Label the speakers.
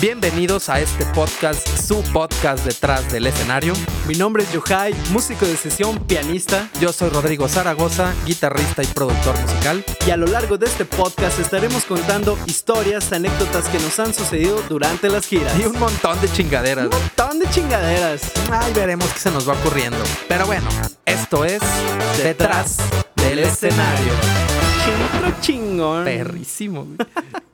Speaker 1: Bienvenidos a este podcast, su podcast detrás del escenario.
Speaker 2: Mi nombre es Yohai, músico de sesión, pianista,
Speaker 1: Yo soy Rodrigo Zaragoza, guitarrista y productor musical.
Speaker 2: y a lo largo de este podcast estaremos contando historias, anécdotas que nos han sucedido durante las giras.
Speaker 1: Y un montón de chingaderas.
Speaker 2: Un montón de chingaderas.
Speaker 1: Ahí veremos qué se nos va ocurriendo. Pero bueno, esto es Detrás del Escenario.
Speaker 2: Chingro chingón.
Speaker 1: Perrísimo. güey.